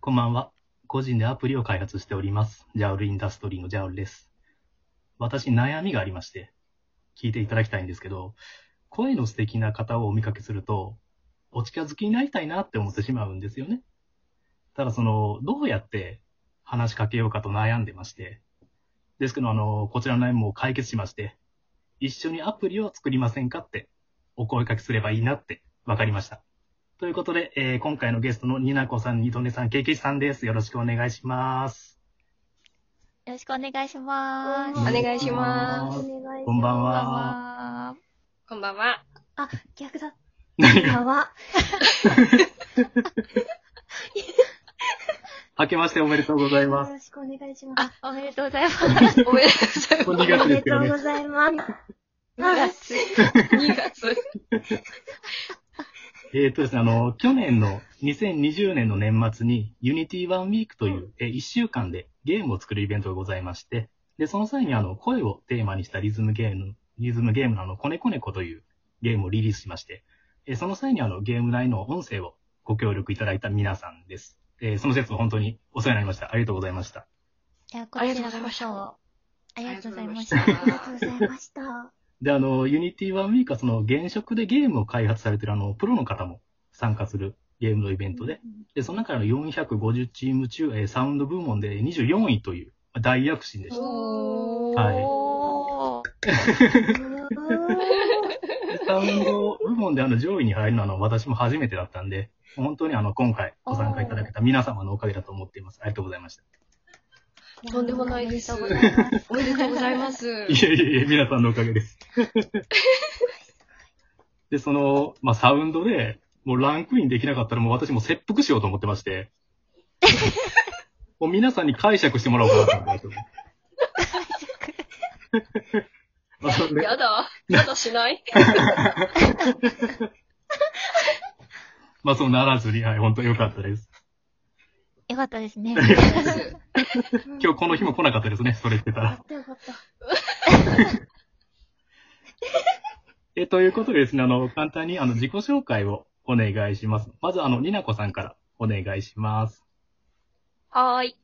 こんばんは。個人でアプリを開発しております。ジャウルインダストリーのジャウルです。私、悩みがありまして、聞いていただきたいんですけど、声の素敵な方をお見かけすると、お近づきになりたいなって思ってしまうんですよね。ただ、その、どうやって話しかけようかと悩んでまして。ですけど、あの、こちらの悩みも解決しまして、一緒にアプリを作りませんかって、お声かけすればいいなって分かりました。ということで、えー今回のゲストのニナコさん、ニトネさん、ケイケイさんです。よろしくお願いします。。よろしくお願いしまおす。願いしますこんばんこんばんは。は。こんばんは。あ、逆だ。何こんがばんは。 明けましておめでとうございます。ろしくお願いしまあ、おめでとうございます。おめでとうございこれま2月ですよおめでねとうご。ざいます。す。2月。2月。えっ、とですね、あの、去年の2020年の年末に Unity One Week という、え1週間でゲームを作るイベントがございまして、で、その際にあの、声をテーマにしたリズムゲーム、リズムゲームのあの、コネコネコというゲームをリリースしまして、えその際にあの、ゲーム内の音声をご協力いただいた皆さんです。えーその説は本当にお世話になりました。ありがとうございました。いや、こありちがとうらこございましそた。ありがとうございましあた。りがとうござざいました。で、あの、Unity One Week はその、現職でゲームを開発されているあの、プロの方も参加するゲームのイベントで、で、その中の450チーム中、えーサウンド部門で24位というまあ大躍進でした。おはいおー。でサウンド部門であの上位に入るのはあの私も初めてだったんで、本当にあの今回ご参加いただけた皆様のおかげだと思っています。ありがとうございました。とんでもないですお めとうございますおめでとうございますい。えいえいえ、皆さんのおかげです。で、その、まあ、サウンドで、もうランクインできなかったらもう私も切腹しようと思ってま して、もう皆さんに解釈してもらおうかなと思ってます。 まあそれでやだ。やだしないまあ、そうならずに、はい、本当に良かったです。よかったですね。今日この日も来なかったですね、それ言ってたら。よかった。え、ということでですね、あの、簡単に、あの、自己紹介をお願いします。まず、あの、りなこさんからお願いします。はーい。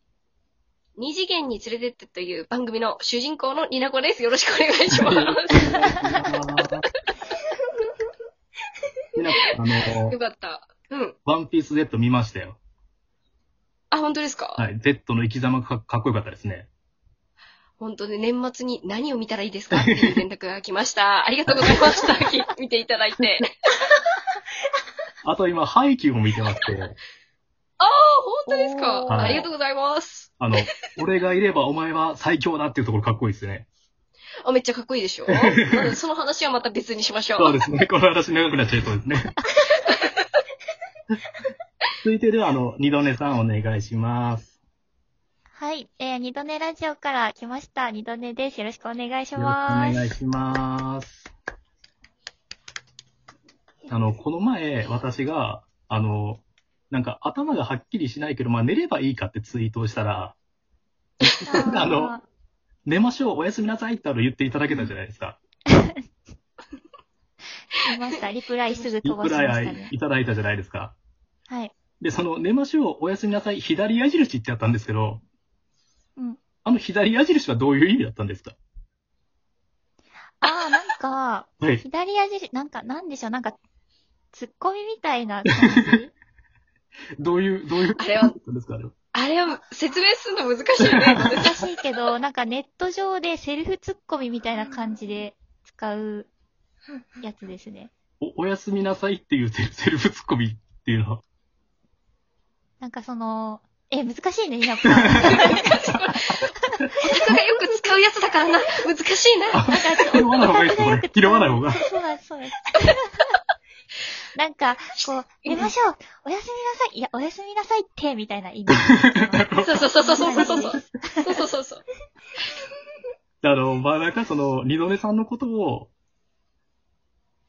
二次元に連れてってという番組の主人公のりなこです。よろしくお願いします。りなこ、あの よ、かった。うん。ワンピース Z 見ましたよ。あ、本当ですか、はい、Z の生き様がかかっこよかったですね。本当で年末に何を見たらいいですかっていう連絡が来ました。ありがとうございました。き 見ていただいて。あと今、ハイキューを見てまして、ああ、本当ですかおーありがとうございます。あの、俺がいればお前は最強だっていうところかっこいいですね。あ、めっちゃかっこいいでしょうんその話はまた別にしましょそうう。ですね。この話長くなっちゃいそうです ね。続いてでは、あの、二度寝さんお願いします。はい。えー、二度寝ラジオから来ました。二度寝です。よろしくお願いしよろしくおます。願いします。あの、この前、私が、あの、なんか頭がはっきりしないけど、まあ寝ればいいかってツイートをしたら、ーあの寝ましょう、おやすみなさいってあの言っていただけたじゃないですか。いました。リプライすぐリ飛ばプしましたライね。いただいたじゃないですか。はい。で、その、寝ましょう、おやすみなさい、左矢印ってやったんですけど、うんあの左矢印はどういう意味だったんですかああ、なんか、はい。左矢印、なんか、なんでしょう、なんか、ツッコミみたいな感じ。どういう、どういうあれはことですかあれはあれは説明するの難しいね。難しい けど、なんかネット上でセルフツッコミみたいな感じで使うやつですね。お、おやすみなさいっていうセセルフツッコミっていうのは。 なんかその、え、難しいね、りなこさん。なんか人がよく使うやつだからな。難しいな。拾わない方がいいです、こ れ。拾わない方が。そうなんです、そうなんです。なんか、こう、寝ましょうおやすみなさいいや、おやすみなさいって、みたいな意味。 そうそうそうそうそうそうそう。そうそうそうそう。あの、まあ、なんかその、二度寝さんのことを、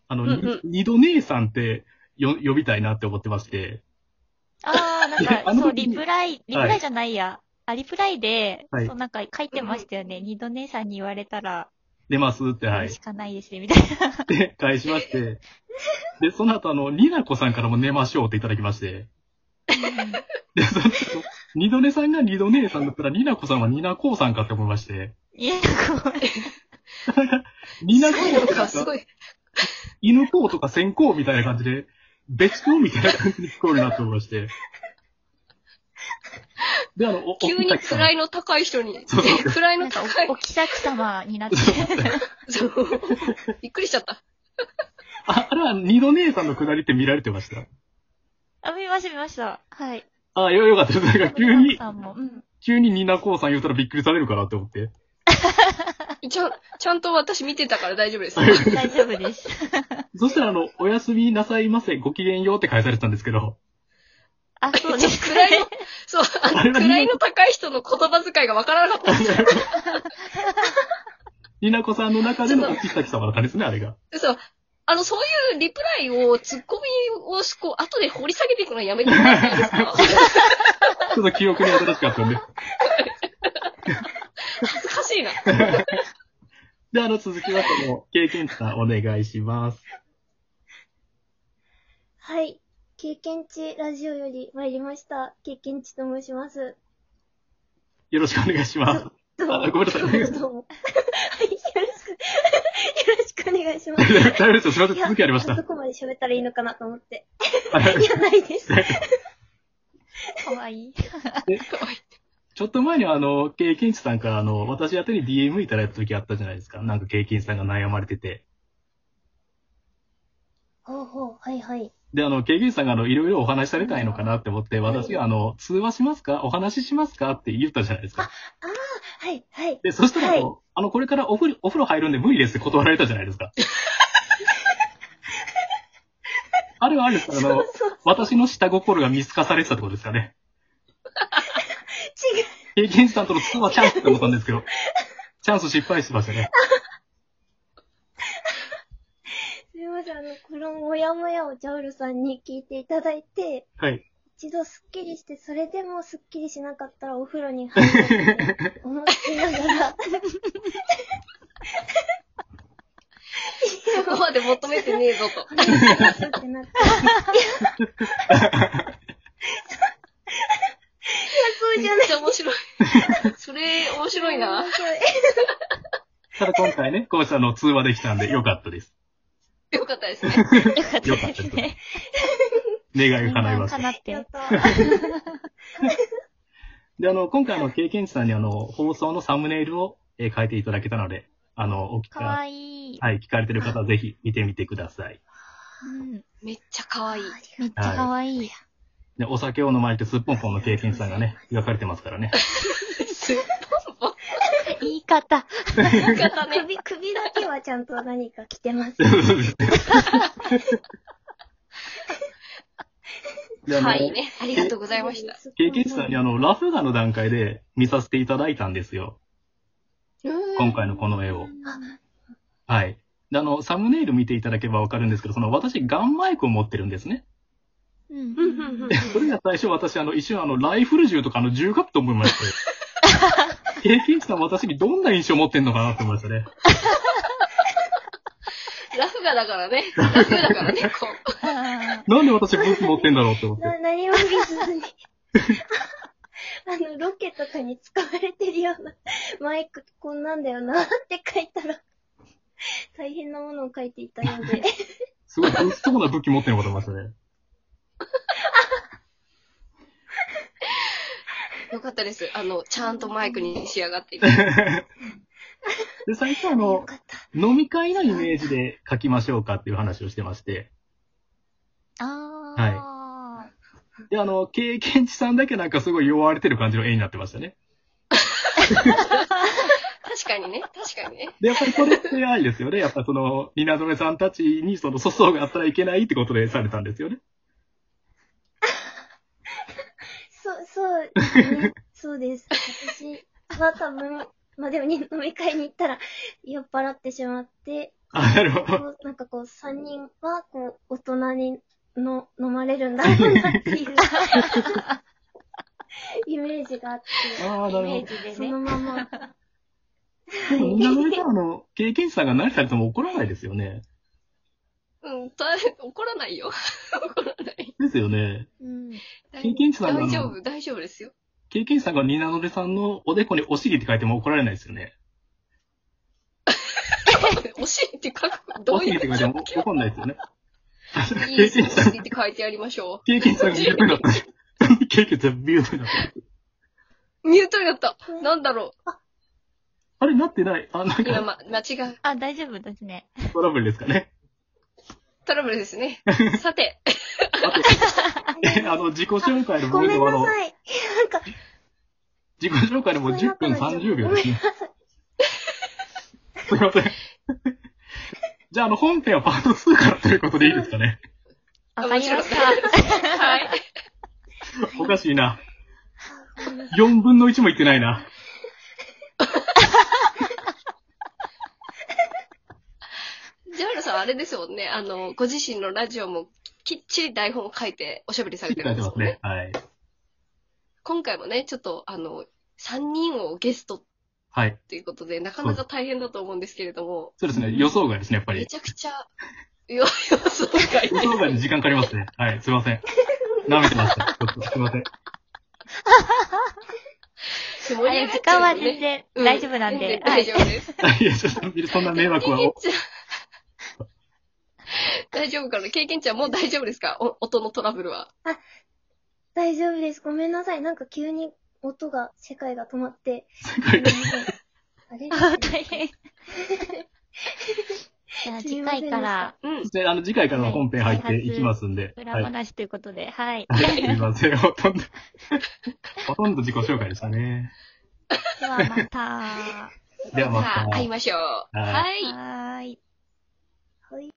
あの、うんにうん二度姉さんってよ呼びたいなって思ってまして、ああ、なんいやあか、のそう、時にリプライ、リプライじゃないや。あ、リプライで、はいそう、なんか書いてましたよね。二度姉さんに言われたら、出ますって、ははい い、。しかないですね、みたいな。で、返しまして、で、その後あの、りなこさんからも寝ましょうっていただきまして、うんで、その二度寝さんが二度姉さんだったら、ニナコさんはニナコウさんかって思いまして。 いや、怖い。ニナコそうなんウとかかすごい。犬コウとか線コウみたいな感じで、別コウみたいな感じに聞こえるなって思いまして。で、あの、お、急にい。位の高い人にそうそう、な位のんか高いお、お、きさく様になって。そうびっくりしちゃった。 あ、あれは二度姉さんのくだりって見られてました。あ、見ました、見ました。はい。あ、よ、よかったです。なんか急に、さんも。うん。急にニナコウさん言うたらびっくりされるかなって思って。ちゃん、ちゃんと私見てたから大丈夫です。大丈夫です。そしたら、あの、おやすみなさいませ、ごきげんようって返されてたんですけど、あ、そうちでょっすと位の、そう、ああれの、は二の位の高い人の言葉遣いがわからなかっニナコさんの中でのおきさき様だったんですね、あれが。た。そう。あの、そういうリプライを、ツッコミを、こう、後で掘り下げていくのやめてもらっていいですかちょっと記憶に新しかったんで。恥ずかしいな。で、あの、続きましても、経験値さんお願いします。はい。経験値ラジオより参りました。経験値と申します。よろしくお願いします。どうあごめんなさいどうもどうも。はい。よろしく、よろしくお願いしま 大す。丈夫ですよ。すみません。続きありましどた。こまで喋ったらいいのかなと思って。はいいや、ないです。怖い。ちょっと前にあの、経験値さんからあの、私宛てに DM いただいた時あったじゃないですか。なんか経験値さんが悩まれてて。ほうほう、はいはい。で、あの、経験値さんがあの、いろいろお話しされたいのかなって思って、私があの、通話しますかお話ししますかって言ったじゃないですか。はい、はい。で、そしたらあの、はあの、これからお風呂、お風呂入るんで無理ですって断られたじゃないです か。あれはあれですかあの、そう、私の下心が見透かされてたってことですかね。違う。経験値さんとの通話チャンスって思ったんですけ ど、チャンス失敗しましたね。すみません、あの、このモヤモヤをジャウルさんに聞いていただいて、はい。一度スッキリして、それでもスッキリしなかったらお風呂に入ろうって思ってながら、そこまで求めてねえぞと。話ってなって。いや、そうめじっゃない。ちゃ面白い。 それ、面白いな面。白いただ今回ね、こうしたあの通話できたんでよかったです。よかったですね。よかったよかったでですすね。願いがみん叶いなました。叶っ。やってた。で、あの、今回あの、経験値さんにあの、放送のサムネイルを、えー変えていただけたので、あの、お聞かか、わいい。はい、聞かれてる方はぜひ見てみてください。うん。めっちゃ可愛い。めっちゃかわいい。で、お酒を飲まれてすっぽんぽんの経験値さんがね、描かれてますからね。すっぽんぽ言い方。言い方ね。首、首だけはちゃんと何か着てます。であのはいね。ありがとうございました。。経験値さんにあの、ラフ画の段階で見させていただいたんですよ。今回のこの絵を。はい。であの、サムネイル見ていただけばわかるんですけど、その私、ガンマイクを持ってるんですね。うん。うんうんうんでそれが最初私、あの、一瞬あの、ライフル銃とかあの銃かと思いま したよ。経験値さん私にどんな印象持ってんのかなって思いましたね。ラフがだからね。ラフだからね、こう。あなんで私武器持ってんだろうって思って。な何も見ずに。あの、ロケとかに使われてるようなマイク、こんなんだよなって書いたら、大変なものを書いていたので。すごい物騒な武器持ってるのかと思いましたね。よかったです。あの、ちゃんとマイクに仕上がっていて。で、最初あよの、かった。飲み会のイメージで書きましょうかっていう話をしてまして。あ。ああ。で、あの、経験値さんだけなんかすごい弱れてる感じの絵になってましたね。確かにね。確かにね。で、やっぱりそれってあれですよね。やっぱその、リナドメさんたちにその粗相があったらいけないってことでされたんですよね。そう、そうです ね、そうです。私は多分、まあでもに飲み会に行ったら酔っ払ってし まって、あ、なるほど。こうなんかこう、三人は、こう、大人にの飲まれるんだろうなって いうイメージがあって、ああ、イなるメほど。ージでそのね。まま、でも、リナドメさん、あの、経験値さんが何されても怒らないですよね。うん、た、怒らないよ。怒らない。 ですよね。うん。大経験値さんがあ大丈の、夫、大丈夫ですよ。経験者がニナノレさんのおでこにお尻って書いても怒られないですよね。お尻って書く、どおうい尻うって書いても怒んないですよね。いい経験ですよお者が尻って書いてありましょ経験者がビューだった。経験者がビューだった。う。ミュートやった。なんだろあれ、なってない。あ、なんう。今、か、ま、間違う。あ、大丈夫ですね。トラブルですかね。トラブルですね。さて、え、あの、自己紹介のご部分めでんは、あなの、さい。なんか、自己紹介でも10分30秒ですね。すいません。じゃあ、あの、本編はパート2からということでいいですかね。わかりました。はい。おかしいな。4分の1もいってないな。ジャールさん、あれですもんね。あの、ご自身のラジオもきっちり台本を書いておしゃべりさ切れっててるんでますすもんねね。。はい。今回もね、ちょっと、あの、3人をゲストはい。ということで、なかなか大変だと思うんですけれども、そうですね。予想外ですね、やっぱめり。ちゃくちゃ、よ、よ、そうかい予想外に時間かかりますね。はい。すいません。舐めてました。ちょっとすいません。盛あり上れがっ時ちゃ間うはよね全然うん大丈夫なんで。は 大い丈夫です。いや、ちょっと、そんな迷惑は経験、値は 大丈夫かな経験値はもう大丈夫ですかお音のトラブルは。大丈夫です。ごめんなさい。なんか急に音が、世界が止まって。世界があれあ、大変。じゃあ次回からうんそ。して、あの、次回からは本編入っていきますんで。裏はい。話ということで、はい。すいません。ほとんど、ほとんど自己紹介でしたね。ではまた。ではまさあ、た会い。ましょう。はいはい。はーい。 はい。